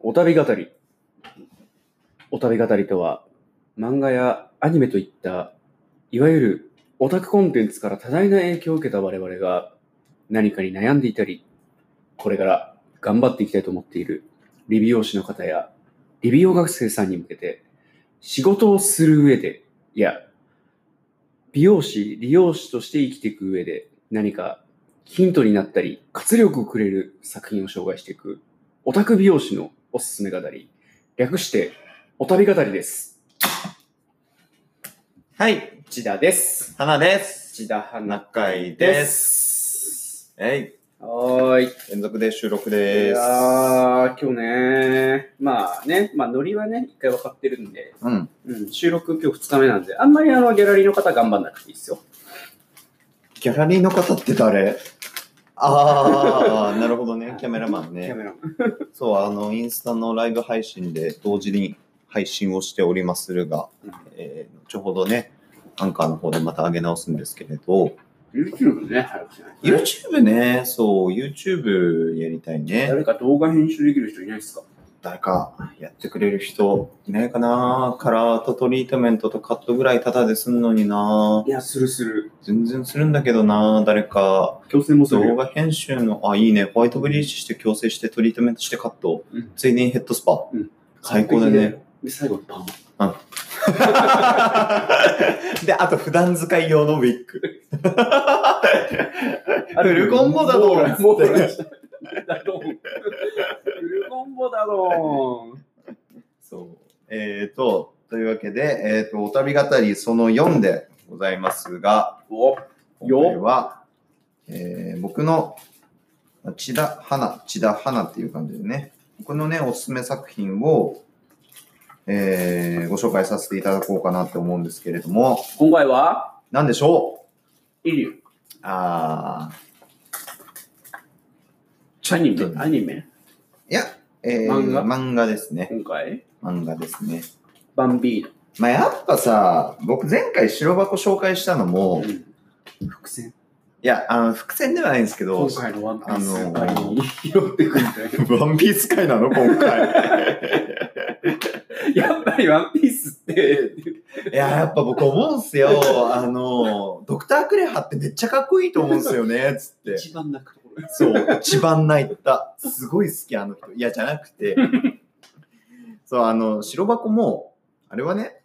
おたび語り。おたび語りとは、漫画やアニメといった、いわゆるオタクコンテンツから多大な影響を受けた我々が、何かに悩んでいたり、これから頑張っていきたいと思っている、理美容師の方や、理美容学生さんに向けて、仕事をする上で、いや、美容師、理容師として生きていく上で、何かヒントになったり、活力をくれる作品を紹介していく、オタク美容師のおすすめ語り、略して、おたび語りです。はい、千田です。花です。千田花中井でです。す。えはーい。い、連続で収録いです。やー、今日ね、まあね、まあノリはね、一回分かってるんで、うん。うん、収録今日2日目なんで、あんまりあのギャラリーの方頑張んなくていいですよ。ギャラリーの方って誰ああ、なるほどね。キャメラマンキャね。メラマンそう、あの、インスタのライブ配信で同時に配信をしておりまするが、うんえー後ほどね、アンカーの方でまた上げ直すんですけれど、 YouTube ね、早くしないとね YouTube ね、そう、YouTube やりたいね。誰か動画編集できる人いないですか誰かやってくれる人いないかなカラーとトリートメントとカットぐらいタダですんのにないや、するする。全然するんだけどな誰か強制もする動よ。画編集のあいいねホワイトブリーチして矯正してトリートメントしてカット、うんついでにヘッドスパ、うん最高だね。で、最後にパン。であと普段使い用のウィッグあフルコンボだフろルコンボだろフルコンボだろそうえーとというわけで、えー、とお旅語りその4でございますがおよ今回は、えー僕の千田花、千田花っていう感じでね、僕のね、おすすめ作品を、えーご紹介させていただこうかなって思うんですけれども、今回は、なんでしょイリュうあー、アニメ、アいニメや、えー漫漫画画ですね。今回漫画ですね。バンビーまあ、やっぱさ、僕前回白箱紹介したのノ。も、いうん伏線。や、あの、伏線ではないんですけど今、回のワンピーあスのが拾ってくみたいな。 ワンピース界なの今回。やっぱりワンピースって、いや、やっぱ僕思うんすよ。あの、ドクタークレハってめっちゃかっこいいと思うんすよね、つって。一番泣くところ。そう、一番泣いた。すごい好き、あの人。いや、じゃなくて。そう、あの、白箱も、あれはね、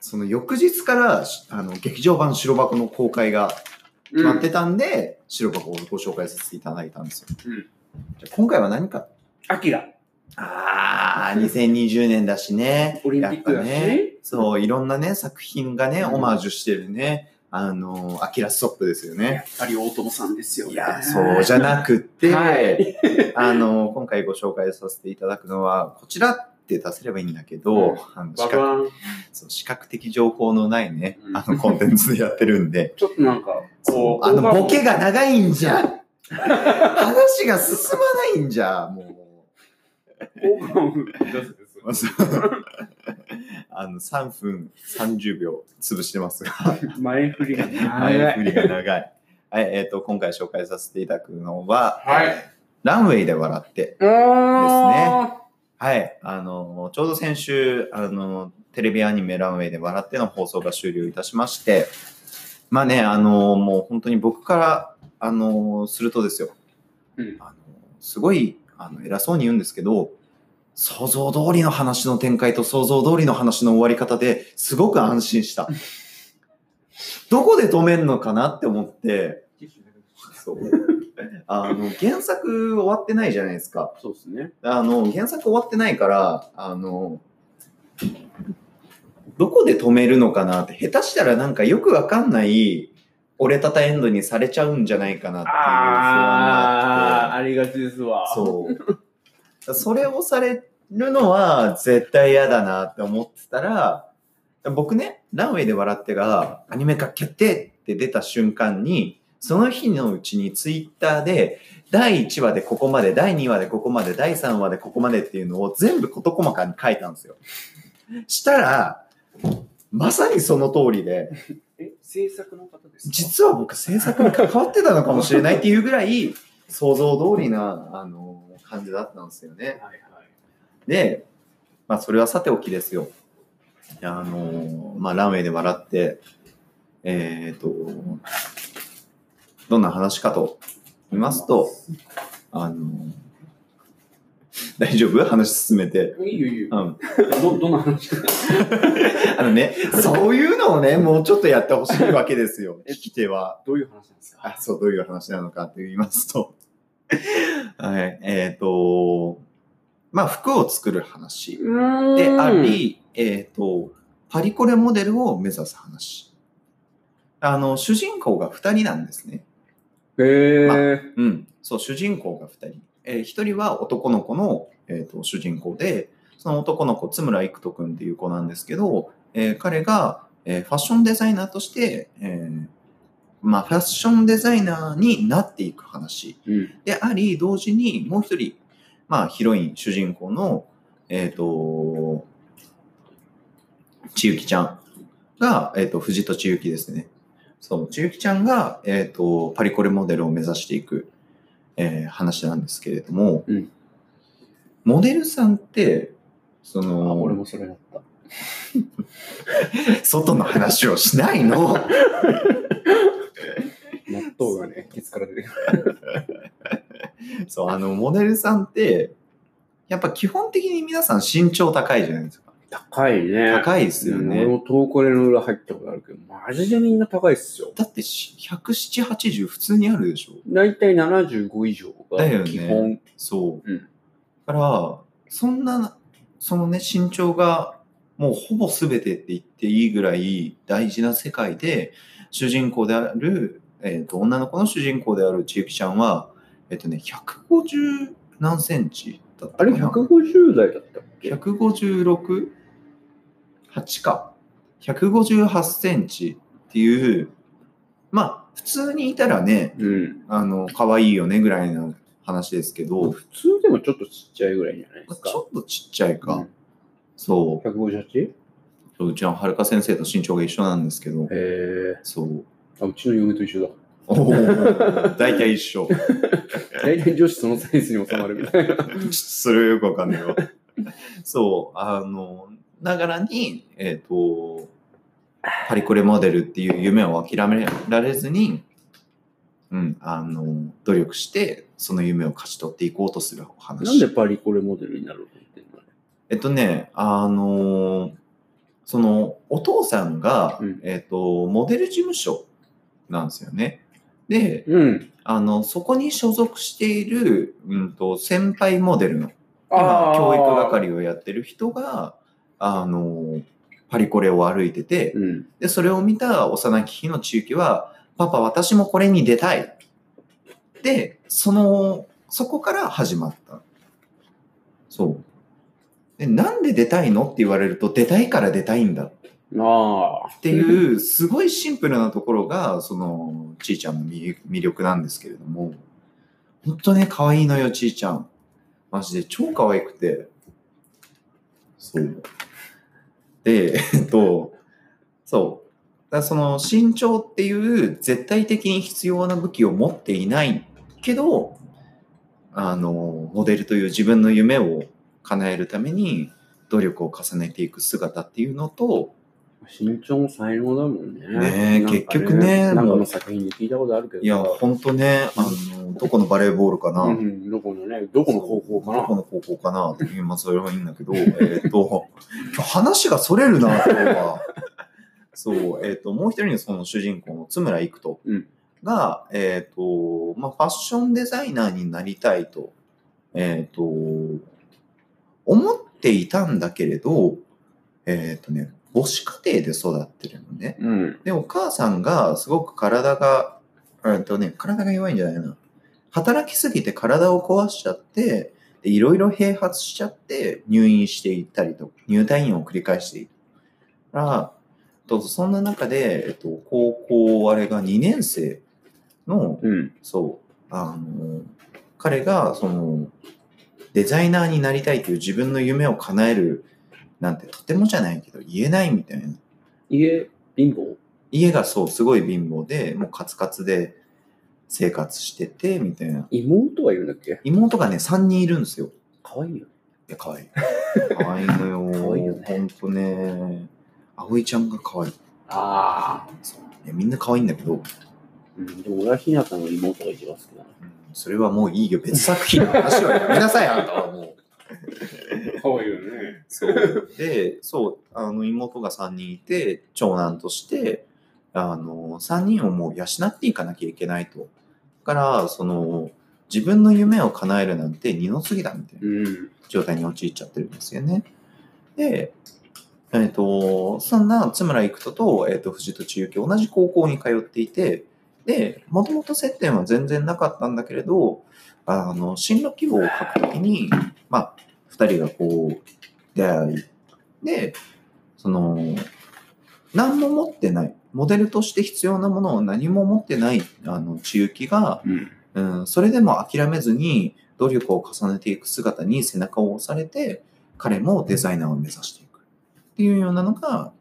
その翌日から、しあの、劇場版白箱の公開が決まってたんで、白箱をご紹介させていただいたんですよ。うんじゃあ今回は何かアキラ。ああ、2020年だしね。オリンピックだしやっぱね。そう、いろんなね、作品がね、うんオマージュしてるね。あのー、アキラストップですよやねっ。ぱり大友さんですよね。いや、そうじゃなくて、はい あのー、今回ご紹介させていただくのは、こちらって出せればいいんだけど、うんあの視バ覚バン。そう視覚的情報のないねう、んあの、コンテンツでやってる んで、ちょっとなんか、こう、あの、ボケが長いんじゃん話が進まないんじゃんもう。 効果音出すですよまあそうあの3分30秒潰してますが、前振りが長い。前振りが長い。はい、えっ、と、今回紹介させていただくのは、はいランウェイで笑って、うーんはい、あの、ちょうど先週、あの、テレビアニメランウェイで笑っての放送が終了いたしまして、まあね、あの、もう本当に僕から、あの、するとですよ、うんあのすごいあの偉そうに言うんですけど想像通りの話の展開と想像通りの話の終わり方ですごく安心した。どこで止めんのかなって思って、そう あの原作終わってないじゃないですか。そうですね。あの原作終わってないからあのどこで止めるのかなって下手したらなんかよくわかんない折れたたエンドにされちゃうんじゃないかなっていう不安がああってあ、ありがちですわ。そう。それをされるのは絶対嫌だなって思ってたら、僕ね、ランウェイで笑ってが、アニメ化決定って出た瞬間に、その日のうちにツイッターで、第1話でここまで、第2話でここまで、第3話でここまでっていうのを全部事細かに書いたんですよ。したら、まさにその通りで、え、制作の方ですか実は僕制作に関わってたのかもしれないっていうぐらい想像通りなあの感じだったんですよね。はいはい。で、まあ、それはさておきですよ。あのーまあ、ランウェイで笑って、えっ、と、どんな話かと言いますと、あのー大丈夫話進めて。いいよいいよ。うん。 ど、どんな話か。あのね、そういうのをね、もうちょっとやってほしいわけですよ。聞き手は。どういう話なんですかあ、そう、どういう話なのかと言います と、はい、えっ、と、まあ、服を作る話であり、えっ、と、パリコレモデルを目指す話。あの、主人公が2人なんですね。へえー。うん。そう、主人公が2人。え1人は男の子の、えー、と主人公で、その男の子、津村育人君っていう子なんですけど、えー彼が、えーファッションデザイナーとして、えーまあ、ファッションデザイナーになっていく話うん。であり、同時にもう一人、まあ、ヒロイン、主人公の、えっ、と、ちゆきちゃんが、えっ、と、藤戸ちゆきですね。そう、ちゆきちゃんが、えっ、と、パリコレモデルを目指していく、えー話なんですけれども、うんモデルさんって、そあ、俺の、もそれだった。外の話をしないの 納豆がね、ケツから出てくる。そう、あの、モデルさんって、やっぱ基本的に皆さん身長高いじゃないですか。高いね。い高いですよね。俺も東コレの裏入ったことあるけど、マジでみんな高いっすよ。だってし107、80普通にあるでしょだいたい75以上がだよね基本。そう。うんだから、そんな、そのね、身長がもうほぼ全てって言っていいぐらい大事な世界で、主人公である、えっ、と、女の子の主人公であるちゆきちゃんは、えっ、とね、150何センチだったあかなれ、150代だったっけ 156?8 か。158センチっていう、まあ、普通にいたらね、うん。あの、可愛いよねぐらいの話ですけど、普通でもちょっとちっちゃいぐらいじゃないですかち。ょっとちっちゃいか。うんそ 158? へう。うちのはるか先生と身長が一緒なんですけど、え。 そう。あ、うちの嫁と一緒だ。おー大体一緒。ちょ大体女子そのサイズに収まるみた いな。っとそれはよくわかんないわ。そう。あの、ながらに、えっ、と、パリコレモデルっていう夢を諦められずに、うん、あの、努力して、その夢を勝ち取っていこうとするお話。なんでパリコレモデルになろうと思ってんのえっとね、あのーそのお父さんが、うんえっと、モデル事務所なんですよね。で、うん。あの、そこに所属している、うんと、先輩モデルの、今あ、ー教育。係をやってる人が、あのーパリコレを歩いてて、うん。で、それを見た幼き日の地域は、パパ、私もこれに出たい。で、その、そこから始まった。そう。で、なんで出たいのって言われると、出たいから出たいんだっああ。ていう、すごいシンプルなところが、その、ちいちゃんの魅魅力なんですけれども、ほんとね、可愛いのよ、ちいちゃん。マジで、超可愛くて。そう。で、えっと、そう。だからその身長っていう絶対的に必要な武器を持っていないけど、あの、モデルという自分の夢を叶えるために努力を重ねていく姿っていうのと、身長も才能だもんね。ねえなんか結局ねなんかの作品で聞いたことあるけど。いや、ほんとね、あの、どこのバレーボールかな、うん、どこのね、どこの高校かどこな。の高校かなって今それはいいんだけど、えっと、今日話がそれるな、今日は。 そう、えっ、と、もう一人のその主人公の津村育人うんが、えっ、と、まあ、ファッションデザイナーになりたいと、えっ、と、思っていたんだけれど、えっ、とね、母子家庭で育ってるのね。うん。で、お母さんがすごく体が、えっとね、体が弱いんじゃないな。働きすぎて体を壊しちゃって、でいろいろ併発しちゃって入院していったりと、入退院を繰り返していた。ら、とそんな中で、えっと、高校、あれが2年生の、うん。そう、あの、彼が、その、デザイナーになりたいという自分の夢を叶えるなんてとてもじゃないけど言えないみたいな。家、貧乏家がそう、すごい貧乏で、もうカツカツで生活してて、みたいな。妹はいるんだっけ妹がね、3人いるんですよ。可愛いよ。や、可愛い。 可愛いのよ。可愛いよねほんとね。葵ちゃんが可愛い。ああ。いやみんな可愛いんだけど、うん、でも俺はひなたの妹が一番好きだな。それはもういいよ。別作品の話はやめな さい、あんたはもう。かわいいよね。そう。で、そう、あの、妹が3人いて、長男として、あの、3人をもう養っていかなきゃいけないと。だから、その、自分の夢を叶えるなんて二の次だみたいなうん。状態に陥っちゃってるんですよね。で、えっ、と、そんな津村育人と、えっ、と、藤戸千雪同じ高校に通っていて、で、もともと接点は全然なかったんだけれど、あの、進路希望を書くときに、まあ、二人がこう、出会い、で、その、何も持ってない、モデルとして必要なものを何も持ってない、あの、千雪が、うん。うん、それでも諦めずに努力を重ねていく姿に背中を押されて彼もデザイナーを目指していくっていうようなのが、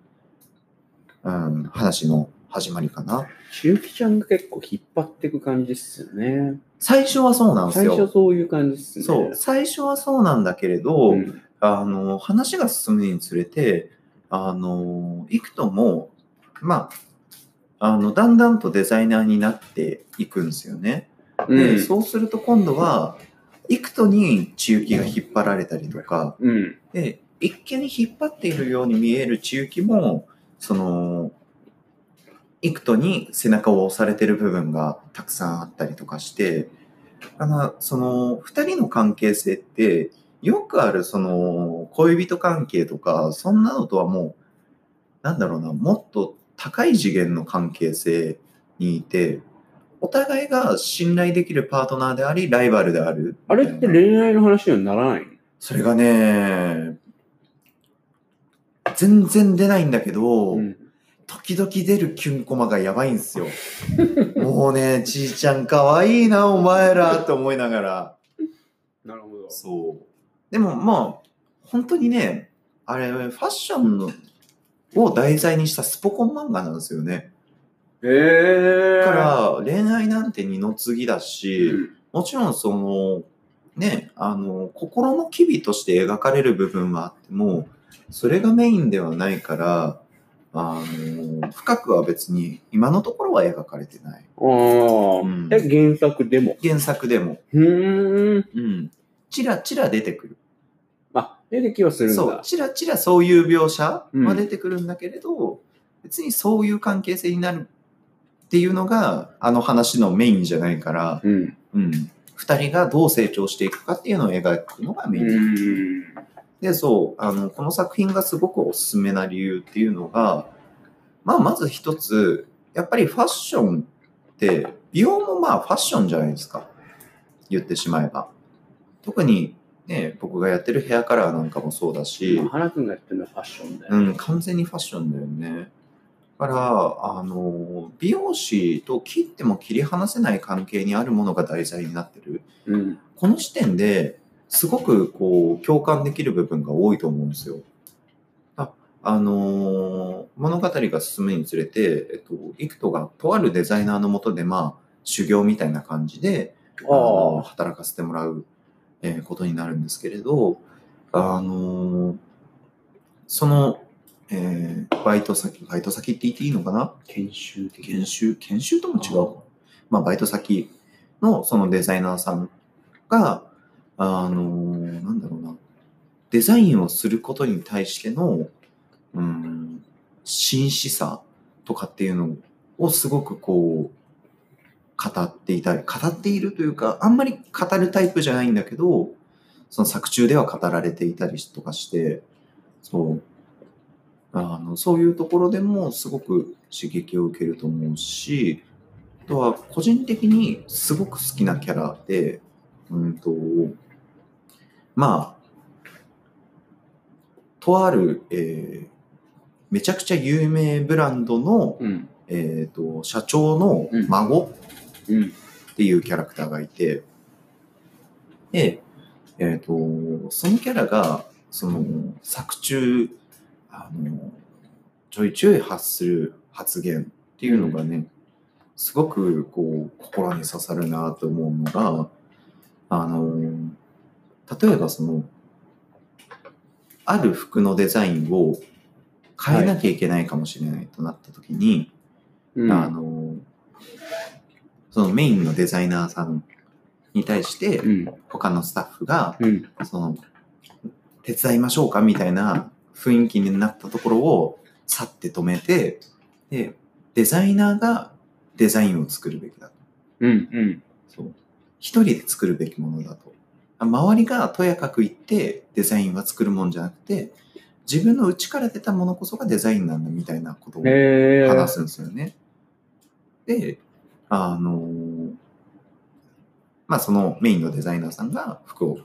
うん、話の始まりかな周期ちゃんが結構引っ張っていく感じっすよね。最初はそうなんです最よ初そういう感じっすね。そう最初はそうなんだけれど、うん。あの話が進むにつれてあのいくともまああのだんだんとデザイナーになっていくんですよね。うで、ん。そうすると今度は、幾くとに千雪が引っ張られたりとか、うん。で、一見に引っ張っているように見える千雪も、その、幾くとに背中を押されてる部分がたくさんあったりとかして、あの、その、二人の関係性って、よくある、その、恋人関係とか、そんなのとはもう、なんだろうな、もっと高い次元の関係性にいて、お互いが信頼できるパートナーであり、ライバルである。あれって恋愛の話にはならないそれがね、全然出ないんだけど、うん。時々出るキュンコマがやばいんすよ。 もうね、ちいちゃんかわいいな、お前らって思いながら。なるほど。そう。でもまあ、本当にね、あれ、ファッションのを題材にしたスポコン漫画なんですよね。へえ。だから、恋愛なんて二の次だうし、ん、もちろんその、ね、あの、心の機微として描かれる部分はあっても、それがメインではないから、あの、深くは別に今のところは描かれてない。ああ、うんえ、原作でも。原作でも、うーん。うん。ちらちら出てくる。あ、出てきはするんだ。そう、ちらちらそういう描写うんは出てくるんだけれど、別にそういう関係性になるっていうのが、あの話のメインじゃないから、うん。うん。二人がどう成長していくかっていうのを描くのがうメイン。ん。で、そう、あの、この作品がすごくおすすめな理由っていうのが、まあ、まず一つ、やっぱりファッションって、美容もまあファッションじゃないですか。言ってしまえば。特に、ね、僕がやってるヘアカラーなんかもそうだし、原くんがやってるのはファッションだよ。うん、完全にファッションだよね。だから、あの、美容師と切っても切り離せない関係にあるものが題材になってる。うん。この視点ですごくこう共感できる部分が多いと思うんですよ。ああのー物語が進むにつれて、えっと、イクトがとあるデザイナーのもとで、まあ、修行みたいな感じで、あのああ。働かせてもらう、えーことになるんですけれど、あのーその、えーバイト先、バイト先って言っていいのかな研修的研修、研修とも違うかまあ、バイト先のそのデザイナーさんが、あのーなんだろうな、デザインをすることに対しての、うん、真摯さとかっていうのをすごくこう、語っていたり、語っているというか、あんまり語るタイプじゃないんだけど、その作中では語られていたりとかして、そう、あの、そういうところでもすごく刺激を受けると思うし、あとは個人的にすごく好きなキャラで、うんと、まあ、とある、えーめちゃくちゃ有名ブランドの、うん。えっ、と、社長の孫うん。っていうキャラクターがいて、で、えっ、と、そのキャラが、その、作中、あの、ちょいちょい発する発言っていうのがね、すごく、こう、心に刺さるなと思うのが、あの、例えばその、ある服のデザインを変えなきゃいけないかもしれないとなった時に、うんあの、そのメインのデザイナーさんに対してう、ん。他のスタッフが、うん。その、手伝いましょうかみたいな雰囲気になったところを、さって止めて、で、デザイナーがデザインを作るべきだと。うん。うん。そう。一人で作るべきものだと。あ周りがとやかく言ってデザインは作るもんじゃなくて、自分の内から出たものこそがデザインなんだみたいなことをえー。話すんですよね。で、あのーまあそのメインのデザイナーさんが服を、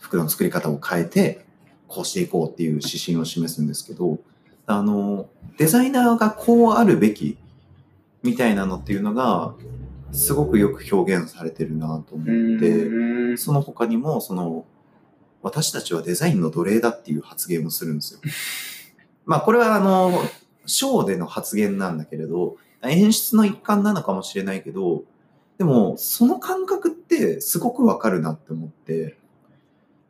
服の作り方を変えて、こうしていこうっていう指針を示すんですけど、あのーデザイナーがこうあるべきみたいなのっていうのが、すごくよく表現されてるなと思うっんて、うんその他にも、その、私たちはデザインの奴隷だっていう発言をするんですよ。まあ、これはあの、ショーでの発言なんだけれど、演出の一環なのかもしれないけど、でも、その感覚ってすごくわかるなって思って、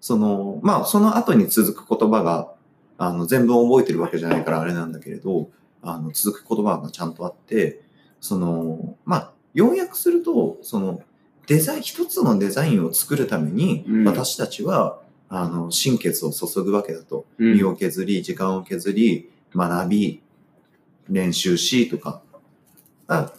その、まあ、その後に続く言葉が、あの、全文覚えてるわけじゃないからあれなんだけれど、あの、続く言葉がちゃんとあって、その、まあ、要約すると、その、デザイン、一つのデザインを作るために、うん私たちは、あの、心血を注ぐわけだと。うん身を削り、時間を削り、学び、練習し、とか。あ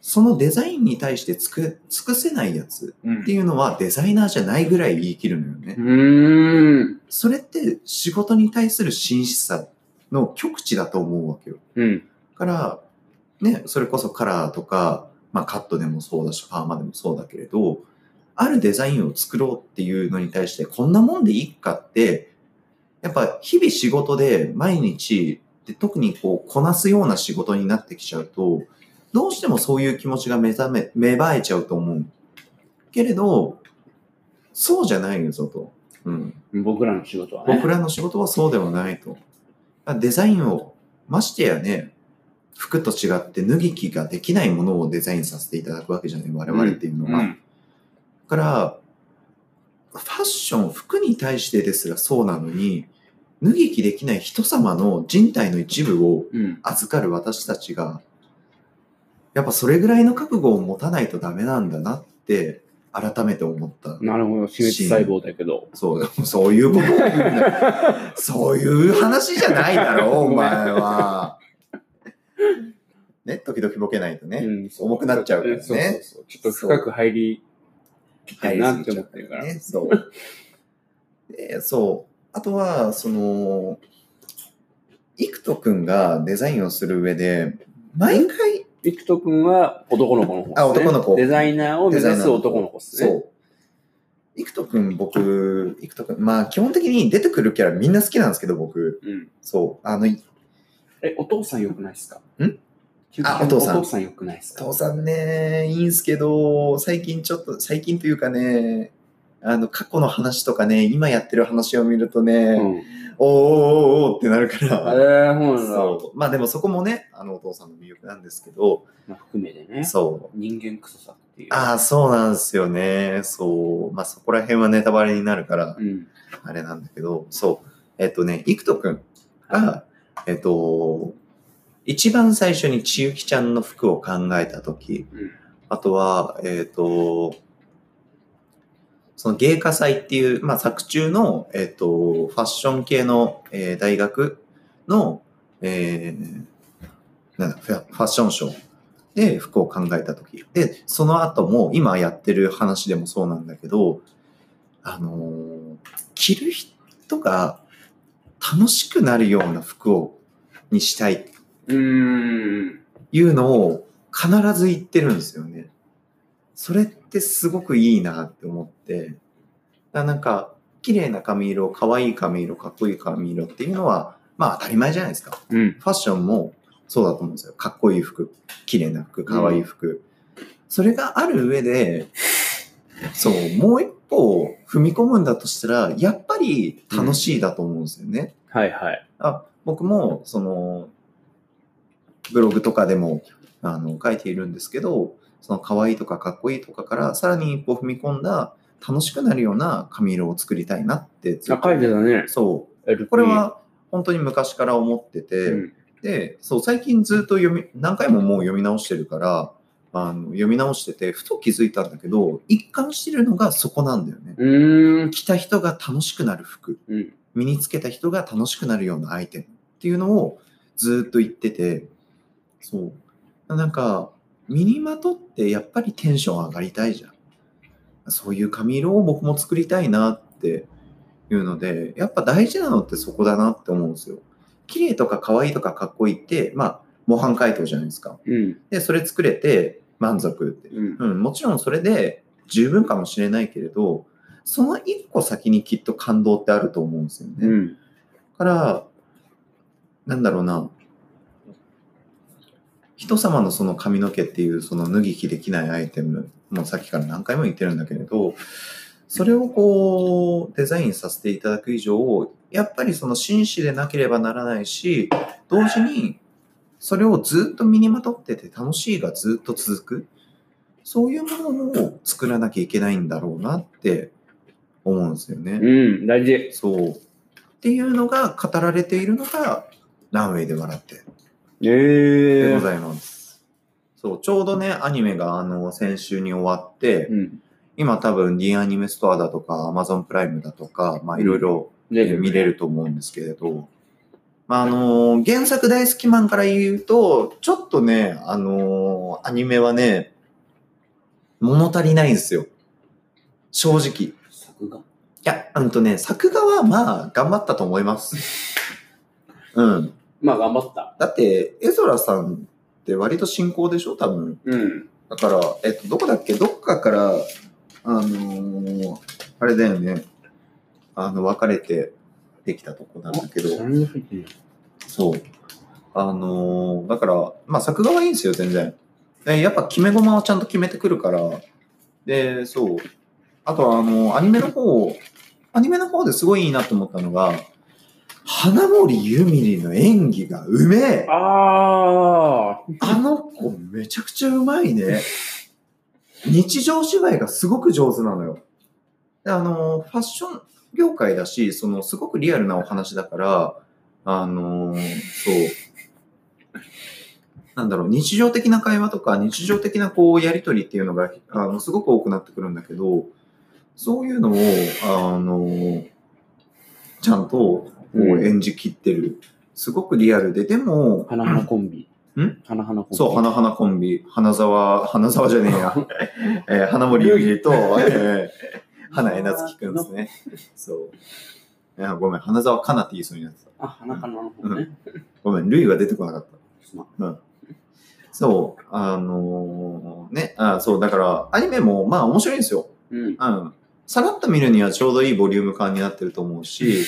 そのデザインに対してつく、尽くせないやつうんっていうのはデザイナーじゃないぐらい言い切るのよね。うーん。それって仕事に対する真摯さの極致だと思うわけよ。うん。だから、ね、それこそカラーとか、まあカットでもそうだし、パーマでもそうだけれど、あるデザインを作ろうっていうのに対して、こんなもんでいいかって、やっぱ日々仕事で毎日、で特にこうこなすような仕事になってきちゃうと、どうしてもそういう気持ちが目覚め、芽生えちゃうと思う。けれど、そうじゃないよと。うん。僕らの仕事はね。僕らの仕事はそうではないと。デザインを、ましてやね、服と違って脱ぎ着ができないものをデザインさせていただくわけじゃない、我々っていうのは。だから、ファッション、服に対してですらそうなのに、脱ぎ着できない人様の人体の一部をうん。うん。預かる私たちが、やっぱそれぐらいの覚悟を持たないとダメなんだなって、改めて思った。なるほど。死滅細胞だけど。そう、そういうことを言うな そういう話じゃないだろ、お前は。ね、時々ボケないとね。うん重くなっちゃうからねそうそうそう。ちょっと深く入りたいなって思ってるから。ね、そう。で、そう。あとは、その、イクト君がデザインをする上で、毎回、ビクト君は男の子の方です、ね。あ男の子デザイナーを目指す男の子ですね。そう。イクト君、僕、イクト君、まあ、基本的に出てくるキャラみんな好きなんですけど、僕、うん。そう。あの、え、お父さんよくないですかんあおお父父ささんん。お父さんよくないですか父さんね、いいんすけど、最近ちょっと、最近というかね、あの、過去の話とかね、今やってる話を見るとね、うん。えおーおーおーおーってなるから、ー、ほんだ。そう。まあでもそこもね、あのお父さんの魅力なんですけど、まあ、含めてね。そう。人間臭さっていう。ああ、そうなんですよね。そう。まあそこら辺はネタバレになるからう、ん。あれなんだけど、そう。えっとね、いくとくんが、えっと、一番最初にちゆきちゃんの服を考えたとき、うん。あとは、えっ、と、その芸歌祭っていう、まあ、作中の、えっ、と、ファッション系の、えー大学の、えーなんだファファッションショーで服を考えたとき。で、その後も、今やってる話でもそうなんだけど、あのー着る人が楽しくなるような服を、にしたいっうーん。いうのを必ず言ってるんですよね。それってすごくいいなって思って。だからなんか、綺麗な髪色、可愛い髪色、かっこいい髪色っていうのは、まあ当たり前じゃないですか。うん。ファッションもそうだと思うんですよ。かっこいい服、綺麗な服、可愛い服。それがある上で、そう、もう一歩踏み込むんだとしたら、やっぱり楽しいだと思うんですよね。はいはい。あ僕もそのブログとかでもあの書いているんですけどその可愛いとかかっこいいとかからさらに一歩踏み込んだ楽しくなるような髪色を作りたいなってずっあ、と書いてたね。そうルこれは本当に昔から思ってて、うんで、そう、最近ずっと読み、何回ももう読み直してるから、あの読み直してて、ふと気づいたんだけど、一貫してるのがそこなんだよね。うーん。着た人が楽しくなる服、うん身につけた人が楽しくなるようなアイテムっていうのをずっと言ってて、そう。なんか、身にまとってやっぱりテンション上がりたいじゃん。そういう髪色を僕も作りたいなっていうので、やっぱ大事なのってそこだなって思うんですよ。綺麗とか可愛いとかかっこいいって、まあ、模範解答じゃないですか。うん。で、それ作れて満足ってうん。うん、もちろんそれで十分かもしれないけれど、その一個先にきっと感動ってあると思うんですよね。うだん。から、なんだろうな。人様のその髪の毛っていうその脱ぎ着できないアイテム、もうさっきから何回も言ってるんだけれど、それをこうデザインさせていただく以上、やっぱりその紳士でなければならないし、同時にそれをずっと身にまとってて楽しいがずっと続く、そういうものを作らなきゃいけないんだろうなって思うんですよね。うん。大事。そう。っていうのが語られているのが、ランウェイで笑ってええでごー。ざいます。そう、ちょうどね、アニメがあの、先週に終わって、うん。今多分 D アニメストアだとか、Amazon プライムだとか、まあうんいろいろえでー見れると思うんですけれど、まああのー原作大好きマンから言うと、ちょっとね、あのーアニメはね、物足りないんですよ。正直。作画。いや、うんとね、作画はまあ、頑張ったと思います。うん。まあ、頑張った。だって、エゾラさんって割と進行でしょ多分。うん。だから、えっと、どこだっけどっかから、あのーあれだよね。あの、別れてできたとこなんだけど。そう。あのーだから、まあ作画はいいんですよ、全然。で、やっぱ決め駒はちゃんと決めてくるから。で、そう。あとは、あのアニメの方、アニメの方ですごいいいなと思ったのが、花森ゆみりの演技がうめえああ。あの子めちゃくちゃうまいね。日常芝居がすごく上手なのよ。であの、ファッション業界だし、そのすごくリアルなお話だから、あの、そう。なんだろう、日常的な会話とか、日常的なこう、やりとりっていうのが、あの、すごく多くなってくるんだけど、そういうのを、あの、ちゃんと、こう演じきってる。すごくリアルで、でも、花々コンビ。ん花々コンビ。そう、花花コンビ、花沢、花沢じゃね えや。えー花森ゆりと、えー花江夏樹くんですね。そう。いや、ごめん、花沢かなって言いそうになってた。あ、花々の方ね。ごめん、ルイは出てこなかった。すまん。そう、あのーね、あそう、だから、アニメも、まあ、面白いんですよ。うん。うん。さらっと見るにはちょうどいいボリューム感になってると思うし、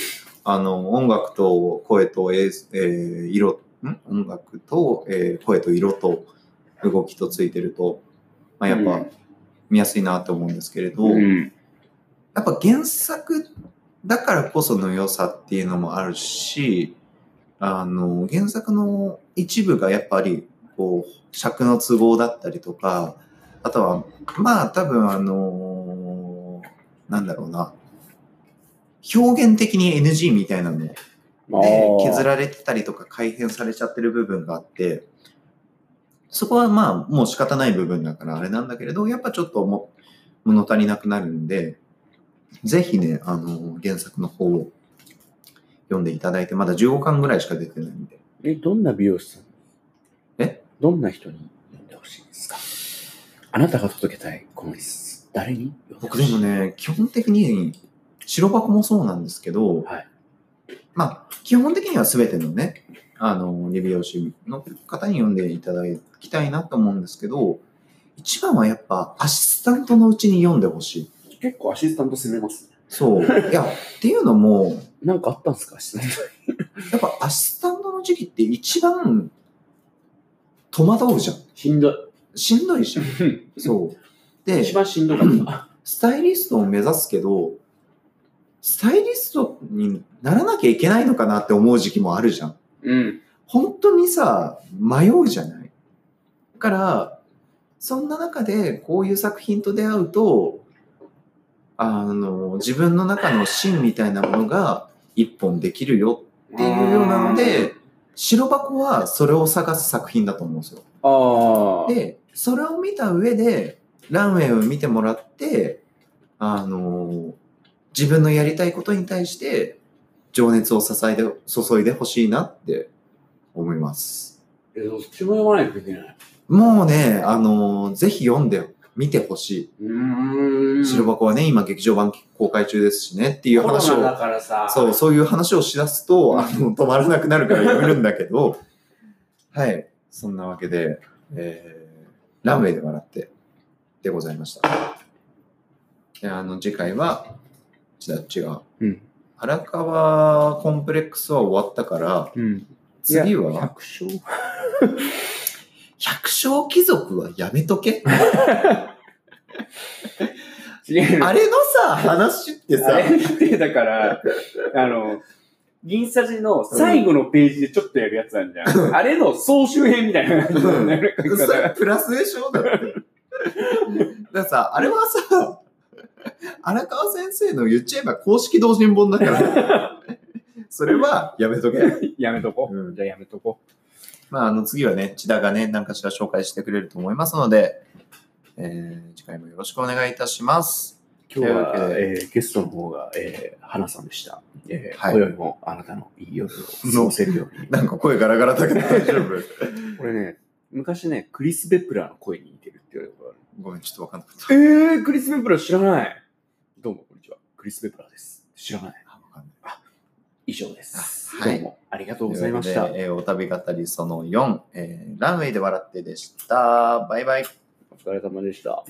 あの、音楽と声と、えーえー色、ん音楽と、えー声と色と動きとついてると、まあ、やっうぱん見やすいなと思うんですけれど、うん。やっぱ原作だからこその良さっていうのもあるし、あの、原作の一部がやっぱり、こう、尺の都合だったりとか、あとは、まあ多分あのなんだろうな、表現的に NG みたいなのあでー削られてたりとか改変されちゃってる部分があって、そこはまあもう仕方ない部分だからあれなんだけれど、やっぱちょっとも物足りなくなるんで、ぜひね、あの、原作の方を読んでいただいて、まだ15巻ぐらいしか出てないんで。え、どんな美容師さんえどんな人に読んでほしいですかあなたが届けたい、この一冊。誰に僕でも。ね、基本的に白箱もそうなんですけど、はいまあ、基本的には全てのね、あの、理美容師の方に読んでいただきたいなと思うんですけど、一番はやっぱアシスタントのうちに読んでほしい。結構アシスタント攻めますね。 そう。いや、っていうのも、なんかあったん ですかアシスタンやっぱアシスタントの時期って一番戸惑うじゃん。ト。しんどい。しんどいじゃん。そう。で、一番しんどかった。スタイリストを目指すけど、スタイリストにならなきゃいけないのかなって思う時期もあるじゃん。うん。本当にさ、迷うじゃないだから、そんな中でこういう作品と出会うと、あの、自分の中の芯みたいなものが一本できるよっていうようなので、白箱はそれを探す作品だと思うんですよ。あーで、それを見た上で、ランウェイを見てもらって、あのー自分のやりたいことに対して、情熱を支えて、注いでほしいなって思います。えどっちも読まないといけない。もうね、あのーぜひ読んで、見てほしうーい。ん。白箱はね、今劇場版公開中ですしねっていうコロ話ナだを、からさ。そう、そういう話をしだすと、あの、止まらなくなるから読めるんだけ ど、はい、そんなわけで、えー、ランウェイで笑ってでございました。であの、次回は、ちだっちが、うん荒川コンプレックスは終わったから、うん。次いやは、百姓百姓貴族はやめとけ 違う。あれのさ、話ってあさ、れって、だ から、あの、銀サジの最後のページでちょっとやるやつなんじゃ ん。あれの総集編みたいな感じなんだよね。書きそ方がれプラスでしょ だって。だからさ、あれはさ、荒川先生の言っちゃえば公式同人本だから、 それはやめとけ。やめとこ。うんじゃあやめとこ。まあ、あの次はね、千田がね、何かしら紹介してくれると思いますので、えー次回もよろしくお願いいたします。今日はというわ、けえーゲストの方が、えー、花さんでした。えーはい今宵もあなたのいい夜を過ごせるように。なんか声ガラガラだけど大丈 夫これね、昔ね、クリス・ベプラーの声に似てるって言われたことある。ごめん、ちょっとわかんなかった。えー、クリス・ベプラー知らない。どうも、こんにちは。クリス・ベプラーです。知らない。あわかんない以上です。あはいどうもありがとうございましとたうこ。とでえーお旅語りその4、えーランウェイで笑ってでした。バイバイ。お疲れ様でした。